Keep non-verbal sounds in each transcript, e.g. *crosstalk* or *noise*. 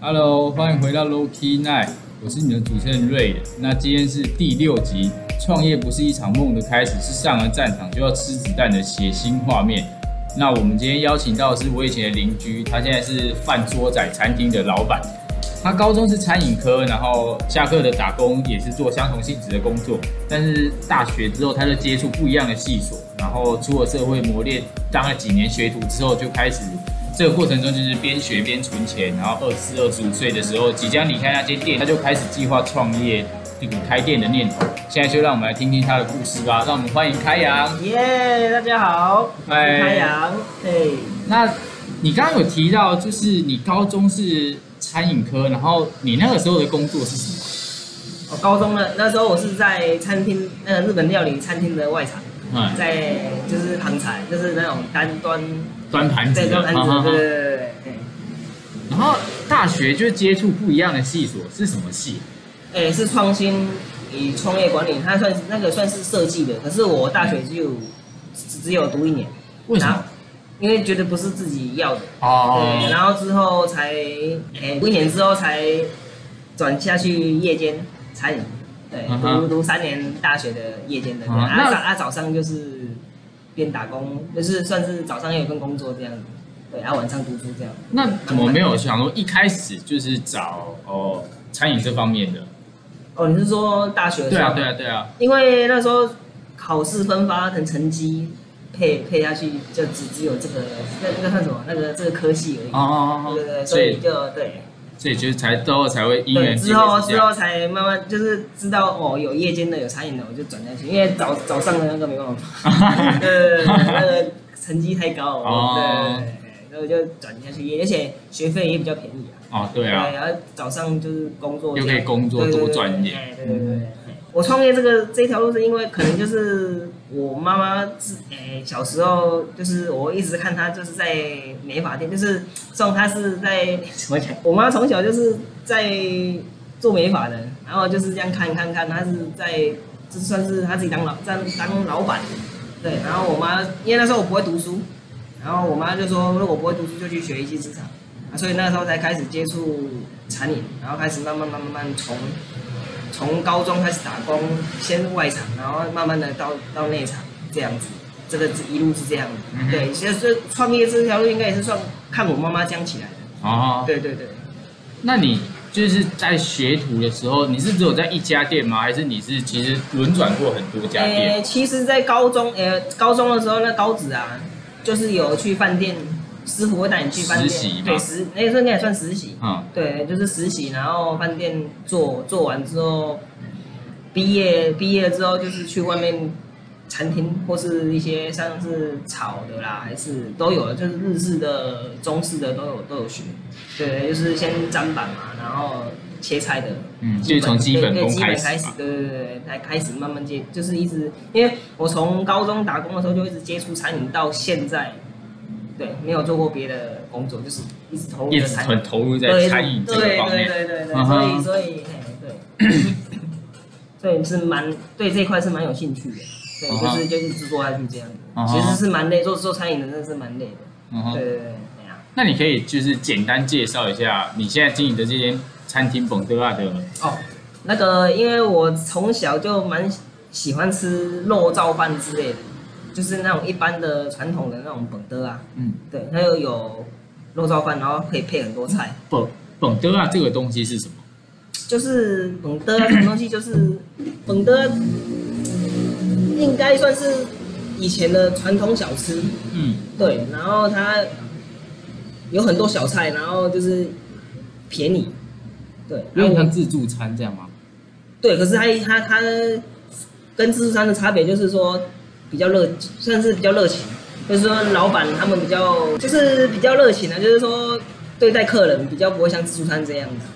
Hello，欢迎回到 Loki Night，我是你的主持人 Ray。那今天是第六集，创业不是一场梦的开始，是上了战场就要吃子弹的血腥画面。那我们今天邀请到的是我以前的邻居，他现在是饭桌仔餐厅的老板。他高中是餐饮科，然后下课的打工也是做相同性质的工作，但是大学之后他就接触不一样的系所，然后出了社会磨练，当了几年学徒之后就开始，这个过程中就是边学边存钱，然后二四二十五岁的时候即将离开那间店，他就开始计划创业这个开店的念头。现在就让我们来听听他的故事吧，让我们欢迎开阳。耶大家好，我嗨是开阳，嘿，那你刚刚有提到，就是你高中是餐饮科，然后你那个时候的工作是什么？我高中的那时候我是在餐厅，那个日本料理餐厅的外场，嗯，在就是旁采，就是那种单端端盘子在的，端盘哈哈子，哈对对对对对，然后嗯大学就接触不一样的系所，是什么系？哎、诶是创新与创业管理，它算是那个算是设计的，可是我大学只有只只有读一年，为什么然后？因为觉得不是自己要的，对，哦，然后之后才，哎、一年之后才转下去夜间餐饮，对，嗯哼读读三年大学的夜间的，啊啊那早啊早上就是边打工，就是算是早上也有份工作这样子，对，啊晚上读书这样，那怎么没有想说一开始就是找哦餐饮这方面的？哦，你是说大学的时对候？啊，对啊，对啊。因为那时候考试分发跟成绩配配下去，就只只有这个那那个算什么？那个这个科系而已，哦哦哦对对哦，对，所所以以就对。所以就是才之后才会因对，缘之际后会是这之样。后才慢慢就是知道哦，有夜间的，有餐饮的，我就转下去，因为早早上的那个没办法， *laughs* 对，那个成绩太高了，哦对，然后就转下去，而且学费也比较便宜啊，哦，对啊，然后早上就是工作这又样，可以工作对对多对赚一点哎对对对对。我创业这个这条路是因为可能就是我妈妈是诶、小时候就是我一直看她就是在美发店，就是算她是 *laughs* 在怎么讲？我妈从小就是在做美发的，然后就是这样看看看，她是在就算是她自己当老当当老板，对。然后我妈因为那时候我不会读书，然后我妈就说如果不会读书就去学一技之长，啊，所以那时候才开始接触餐饮，然后开始慢慢慢慢慢慢从从高中开始打工，先外场，然后慢慢的到到内场这样子，这个是一路是这样的。嗯哼对，其实创业这条路应该也是算看我妈妈讲起来的。哦，对对对，那你就是在学徒的时候，你是只有在一家店吗？还是你是其实轮转过很多家店？呃，其实，在高中，呃，高中的时候，那高职啊，就是有去饭店，师傅会带你去饭店，实习嘛对，实那时候应该也算实习，嗯，对，就是实习，然后饭店做做完之后，毕业毕业之后就是去外面餐厅或是一些像是炒的啦，还是都有，就是日式的、中式的都有都有学。对，就是先砧板嘛，然后切菜的，嗯基本就是从基本对对功基本开始开始嘛，对对对对，才开始慢慢接，就是一直，因为我从高中打工的时候就一直接触餐饮，到现在，对，没有做过别的工作，就是一直投入一在直餐饮。很投入在对餐饮这个方对面。对对对对，嗯所哼以所以嘿 *coughs* 对，所以是蛮对这一块是蛮有兴趣的，对，嗯哼就是就是制作下去这样子嗯，哼其实是蛮累，做做餐饮的真的是蛮累的，嗯哼对对对，哎呀那你可以就是简单介绍一下你现在经营的这间餐厅本德拉啊的哦，那个因为我从小就蛮喜欢吃肉燥饭之类的，就是那种一般的传统的那种本的啊，嗯，对，它又有肉燥饭，然后可以配很多菜，本本德拉啊这个东西是什么？就是本德什么东西，就是本德应该算是以前的传统小吃，嗯，对，然后它有很多小菜，然后就是便宜，对，有然点后像我自助餐这样吗？对，可是它它它跟自助餐的差别就是说比较热，算是比较热情，就是说老板他们比较就是比较热情啊，就是说对待客人比较不会像自助餐这样子。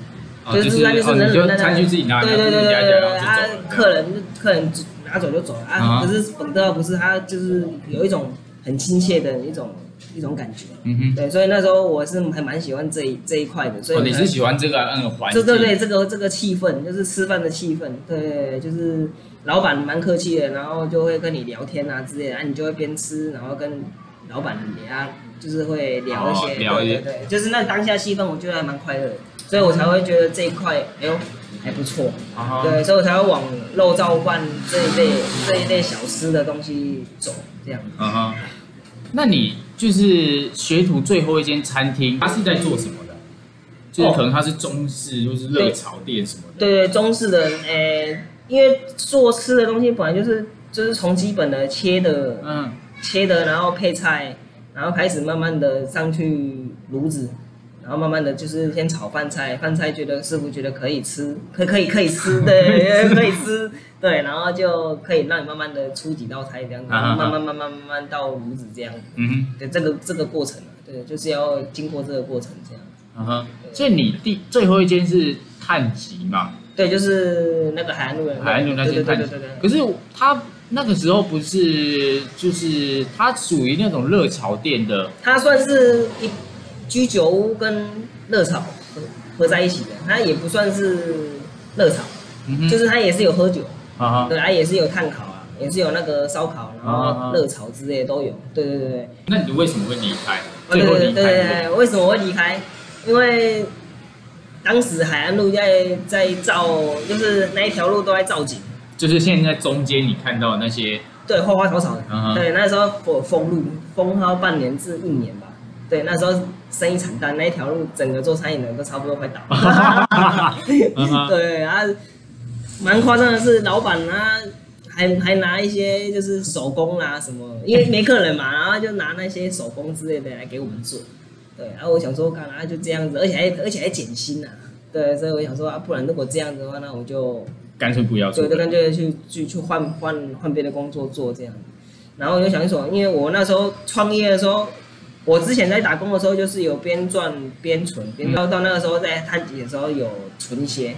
哦就是就是那就是哦，人你就人餐具自己拿，对然后对自己对对夹一对夹，对，然啊后就走了。客人客人就拿走就走了啊，啊可是本德尔不是他就是有一种很亲切的一种一种感觉，嗯对，所以那时候我是还蛮喜欢这一这一块的，所哼，以哦，我你是喜欢这个嗯环这境？对对这个这个气氛就是吃饭的气氛，对，就是老板蛮客气的，然后就会跟你聊天啊之类的，啊你就会边吃然后跟老板聊，就是会聊一哦些，聊一对对对，就是那当下气氛我觉得还蛮快乐的。所以我才会觉得这一块，哎呦，还不错。啊哈对，所以我才会往肉燥饭这一类这一类小吃的东西走，这样。啊哈。那你就是学徒最后一间餐厅，它是在做什么的？就是可能它是中式，就是热炒店什么的。对对，中式的，诶、因为做吃的东西本来就是就是从基本的切的嗯，切的，然后配菜，然后开始慢慢的上去炉子，然后慢慢的就是先炒饭菜，饭菜觉得师傅觉得可以吃，可可以可以吃，对，可以吃，对，然后就可以让你慢慢的出几道菜这样子，啊啊啊慢慢慢慢慢慢到炉子这样子。嗯对这个这个过程啊，对，就是要经过这个过程这样。哼，啊哈。所以你第最后一间是探吉嘛？对，就是那个海岸路的海岸路那间对探对吉对对。对可是它那个时候不是，就是它属于那种热炒店的。它算是一居酒屋跟热炒合合在一起的，它也不算是热炒，嗯哼，就是它也是有喝酒，啊哈。对，它也是有炭烤啊，也是有那个烧烤，然啊啊后热炒之类的都有。对对对对。那你为什么会离开？对最后离对对开的对，为什么会离开？因为当时海岸路在在造，就是那一条路都在造景。就是现在中间你看到那些，对，花花草草的。嗯哼对，那时候封封路，封到半年至一年吧。对，那时候生意惨淡，那一条路整个做餐饮的都差不多快嗯倒哼了。 *laughs* 对啊，蛮夸张的是，老板啊，还还拿一些就是手工啊什么，因为没客人嘛，然后就拿那些手工之类的来给我们做。对，然、后我想说，干嘛就这样子，而且还而且还减薪啊。对，所以我想说啊，不然如果这样子的话，那我就干脆不要做对，。就干脆去去去换换换别的工作做这样。然后我就想一想，因为我那时候创业的时候，我之前在打工的时候就是有边赚边存，边到到那个时候在探底的时候有存一些，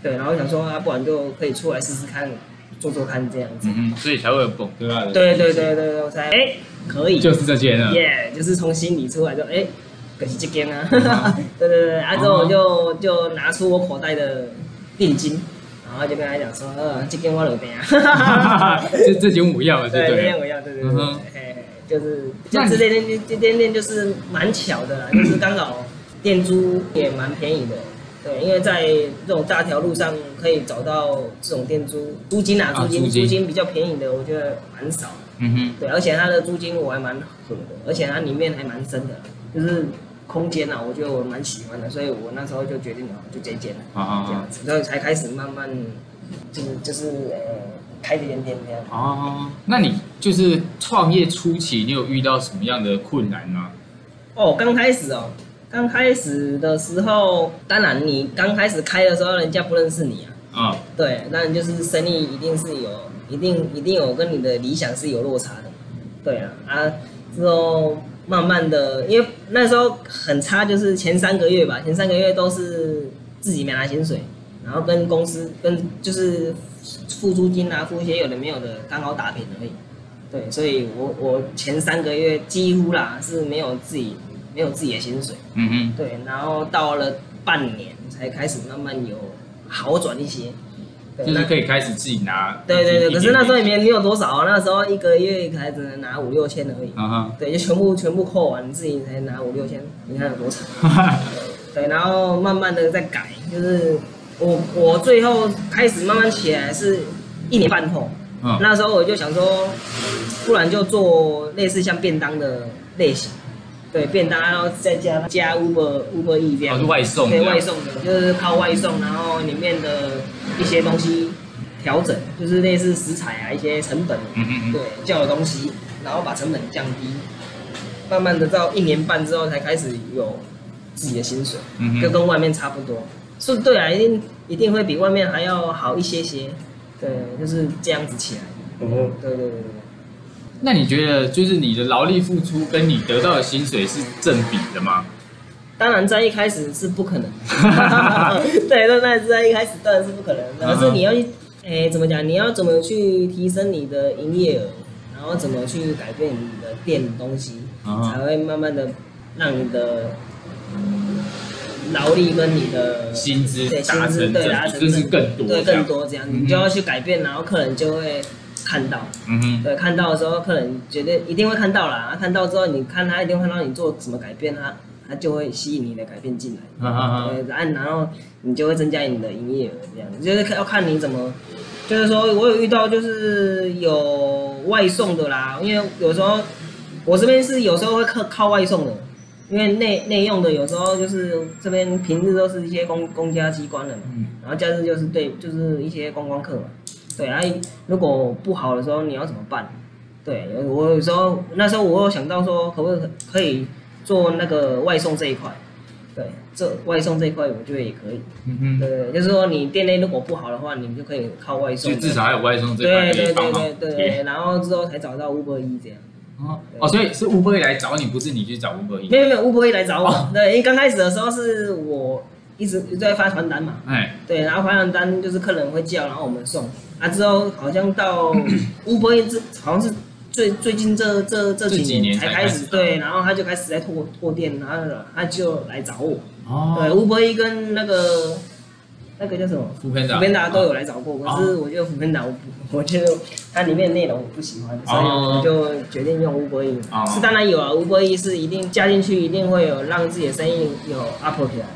对，然后想说啊，不然就可以出来试试看，做做看这样子。嗯哼，所以才会有蹦对吧？对对对对对，我才哎可以，就是这些呢。，耶就是从心里出来就哎，可是这间啊， *laughs* 对对对，啊之后我就就拿出我口袋的定金，然后就跟他讲说，呃，这间我老边啊 *laughs* *laughs* 这这间我要了，对对，不这对间？我要，对对嗯对哼嘿，嘿就是就那你这间店这间店就是蛮 *coughs* 巧的啦，就是刚好店租也蛮便宜的。对，因为在这种大条路上可以找到这种店租租金啊，啊租金、租金租金比较便宜的，我觉得蛮少的。嗯对，而且它的租金我还蛮合的，而且它里面还蛮深的，就是空间啊，我觉得我蛮喜欢的，所以我那时候就决定了，就这一间了，哼，好这好样子，所以才开始慢慢就是就是呃开这间店这样。好。哦，那你就是创业初期，你有遇到什么样的困难吗？哦，刚开始哦，刚开始的时候，当然你刚开始开的时候，人家不认识你啊，啊，对，那你就是生意一定是有，一定一定有跟你的理想是有落差的，对啊啊，之后慢慢的，因为那时候很差，就是前三个月吧，前三个月都是自己没拿薪水，然后跟公司跟就是付租金啊，付一些有的没有的，刚好打平而已。对，所以我我前三个月几乎啦是没有自己没有自己的薪水，嗯哼，对，然后到了半年才开始慢慢有好转一些。对，就是那可以开始自己拿。对对对，可是那时候也也没你有多少啊，那时候一个月才只能拿五六千而已。 *laughs* 啊对，就全部全部扣完，你自己才拿五六千，你看有多惨。哈，对，然后慢慢的在改，就是我我最后开始慢慢起来是一年半后，嗯那时候我就想说，不然就做类似像便当的类型，对，便当然后再加加 Uber Uber E 这样，哦是外送对这样外送的，就是靠外送，然后里面的一些东西调整，就是类似食材啊一些成本，嗯嗯嗯对，叫的东西，然后把成本降低，慢慢的到一年半之后才开始有自己的薪水，嗯就哼，跟外面差不多。是对啊，一定一定会比外面还要好一些些。对，就是这样子起来。嗯对对对那你觉得就是你的劳力付出跟你得到的薪水是正比的吗？当然，在一开始是不可能。 *laughs* 对，那那在一开始当然是不可能。可嗯是你要去，哎、怎么讲？你要怎么去提升你的营业额，然后怎么去改变你的店的东西嗯哼才会慢慢的让你的劳力跟你的薪资对薪达资成对正达比，成甚至更多，对更。多这样，嗯哼你就要去改变，然后客人就会看到。嗯哼，对，啊看到的时候，客人绝对一定会看到啦。看到之后，你看他一定会看到你做什么改变，他它就会吸引你的改变进来。哈哈哈呃，然然后你就会增加你的营业额，这样就是看要看你怎么，就是说我有遇到就是有外送的啦，因为有时候我这边是有时候会靠靠外送的，因为内内用的有时候就是这边平日都是一些公公家机关的嘛，嗯然后假日就是对就是一些观光客嘛，对，然后如果不好的时候你要怎么办？对我有时候那时候我有想到说可不可以可以做那个外送这一块。对，这外送这一块我觉得也可以。嗯哼，对，就是说你店内如果不好的话，你就可以靠外送就的。至少还有外送这块对可以对帮对忙。对对，然后之后才找到 Uber E 这样。哦哦，所以是乌龟来找你，不是你去找乌龟。没有没有，Uber E 来找我。哦对，因为刚开始的时候是我一直在发传单嘛，哎，对，然后发传单就是客人会叫，然后我们送。啊，之后好 *coughs* 像到 Uber E 这好像是最最近这这这这几几年年才才开开始嗯始对，然后他就开始在拓拓店，然后他就来找我。对哦， ，Uber E 跟那个那个叫什么？副班福长，片达都有来找过，可是我觉得福片达我不，我觉得它里面的内容我不喜欢，所以我就决定用乌龟。哦是当然有啊，乌龟是一定加进去，一定会有让自己的生意有 up 起来，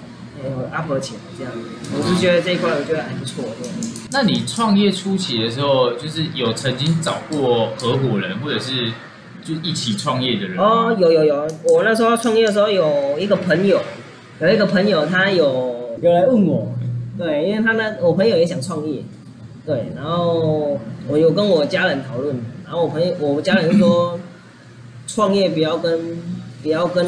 有 up 起来这样。我是觉得这一块我觉得还不错。对那你创业初期的时候，就是有曾经找过合伙人，或者是就一起创业的人吗哦，，有有有，我那时候创业的时候有一个朋友，有一个朋友他有有来问我，对，因为他呢，我朋友也想创业，对，然后我有跟我家人讨论，然后我朋友我家人说，创业不要跟不要跟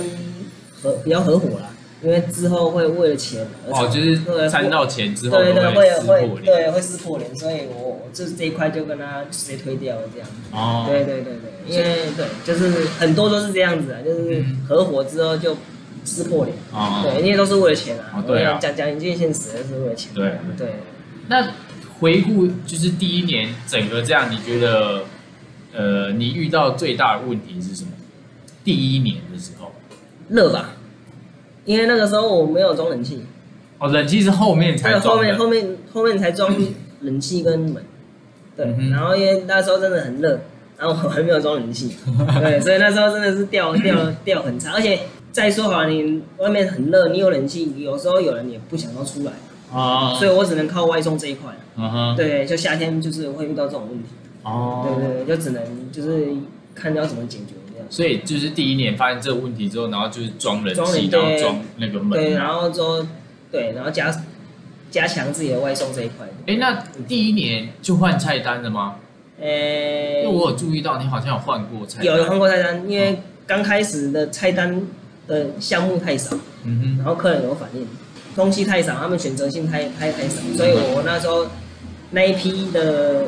合不要合伙啦，因为之后会为了钱而吵哦，就是对赚到钱之后对对都会撕破会脸。对会撕破脸，所以我我就是这一块就跟他直接推掉了这样。哦，对对对对，因为对，就是很多都是这样子啊，就是合伙之后就撕破脸，哦，对，因为都是为了钱啊哦。对啊我讲讲一件现实，是为了钱。对。对，那回顾就是第一年整个这样，你觉得呃，你遇到最大的问题是什么？第一年的时候，热吧，因为那个时候我没有装冷气，哦，冷气是后面才对，后装面的后，面后面才装冷气跟门，对嗯哼，然后因为那时候真的很热，然后我还没有装 *laughs* 冷气，对，所以那时候真的是掉掉掉很差，而且再说好了，你外面很热，你有冷气，有时候有人也不想要出来，啊，所以我只能靠外送这一块。嗯哼，对，就夏天就是会遇到这种问题，哦，对对对，就只能就是看要怎么解决这样。所以就是第一年发现这个问题之后，然后就是装人装气，人然后对装那个啊门。对，然后之后对，然后加加强自己的外送这一块。哎，那第一年就换菜单了吗？因诶、为我有注意到你好像有换过菜单。呃有有换过菜单，因为刚开始的菜单的项目太少，嗯然后客人有反应，东西太少，他们选择性太太太少，所以我那时候那一批的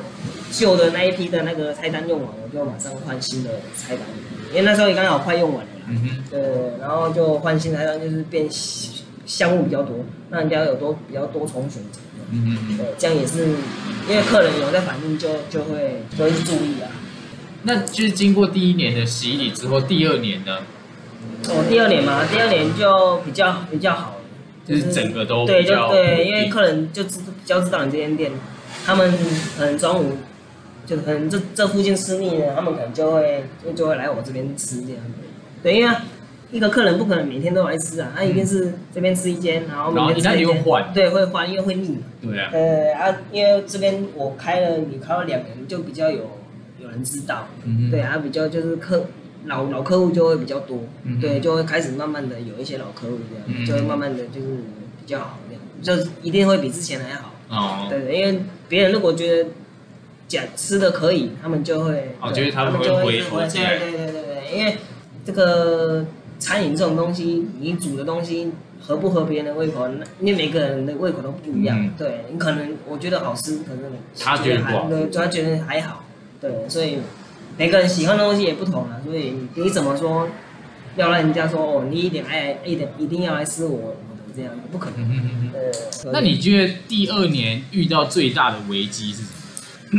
旧的那一批的那个菜单用完，我就马上换新的菜单，因为那时候也刚好快用完了啦。哼，嗯对，然后就换新菜单，就是变细项目比较多，让人家有多比较多重选择。哼，嗯哼嗯。对，这样也是因为客人有在反应就，就会就会去注意啊。那就是经过第一年的洗礼之后，第二年呢，哦，第二年嘛，第二年就比较比较好了，就是整个都对，比就较对，因为稳定客人就知比较知道你这间店，他们可能中午就可能这这附近吃腻了，他们可能就会就就会来我这边吃这样子。对，因为一个客人不可能每天都来吃啊，他一定是这边吃一间，然后然后每你天那吃里一又间，换，对，会换，因为会腻嘛。对啊，呃啊，因为这边我开了，你开了两年就比较有有人知道，嗯哼对啊，比较就是客老老客户就会比较多，嗯哼对，就会开始慢慢的有一些老客户这样，嗯就会慢慢的就是比较好这样，就是一定会比之前还好，哦，对对，因为别人如果觉得讲吃的可以，他们就会，哦对就是他他们就会是回头对进来对对对对，因为这个餐饮这种东西，你煮的东西合不合别人的胃口，那因为每个人的胃口都不一样，嗯对你可能我觉得好吃，可能他觉得不好还对，他觉得还好，对，所以每个人喜欢的东西也不同啊，所以你怎么说？要让人家说哦，你一点来一点一定要来吃我我的这样不可能。嗯哼嗯哼。呃，那你觉得第二年遇到最大的危机是什么？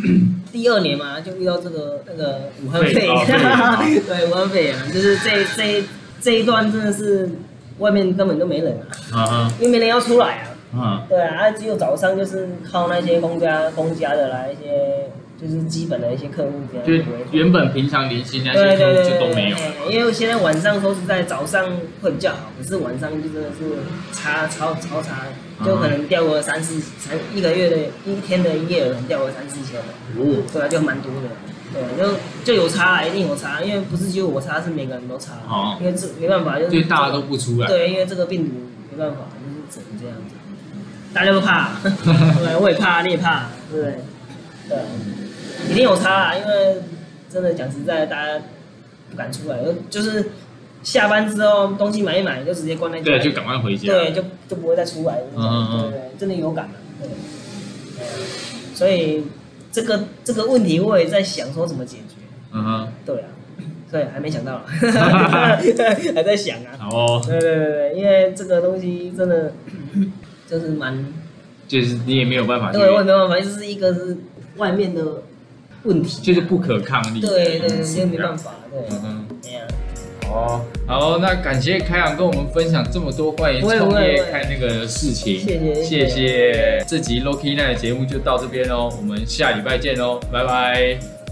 第二年嘛，就遇到这个那个武汉肺肺炎哦 *laughs* 肺炎，对武汉肺炎，啊就是这这这一段真的是外面根本就没人啊，嗯因为没人要出来啊。哼，嗯对啊，啊只有早上就是靠那些公家公家的啦，一些就是基本的一些客户给他就维是护。原本平常联系那些对客对户对就都没有对了。对对因为现在晚上说实在，早上会比较好，可是晚上就真的是差超超差，就可能掉个三四三一个月的一天的营业额，可能掉个三四千了。哦，对啊，就蛮多的。对，就就有差啦，一定有差，因为不是只有我差，是每个人都差。哦因为这没办法，就是所以大家都不出来。对，因为这个病毒没办法，就是只能这样子。大家都怕， *laughs* 对，我也怕，你也怕，对不对？对，一定有差啦，因为真的讲实在，大家不敢出来，就就是下班之后东西买一买，就直接关在家对，啊里，就赶快回家。对，就就不会再出来了。嗯嗯嗯对对，真的有感了。啊对，呃所以这个这个问题我也在想说怎么解决。嗯哼，对啊，所以还没想到 *laughs* 啊，还在想啊。然后对对对对，因为这个东西真的就是蛮，就是你也没有办法去，对我也没办法，就是一个是外面的问题，就是不可抗力。对对对，就没办法。法，对，嗯哼，哎呀，哦，好，那感谢开朗跟我们分享这么多关于不会创不会业不会开那个事情，谢谢谢谢谢哦谢。这集 Loki Night 哦的节目就到这边喽，我们下礼拜见喽，拜拜。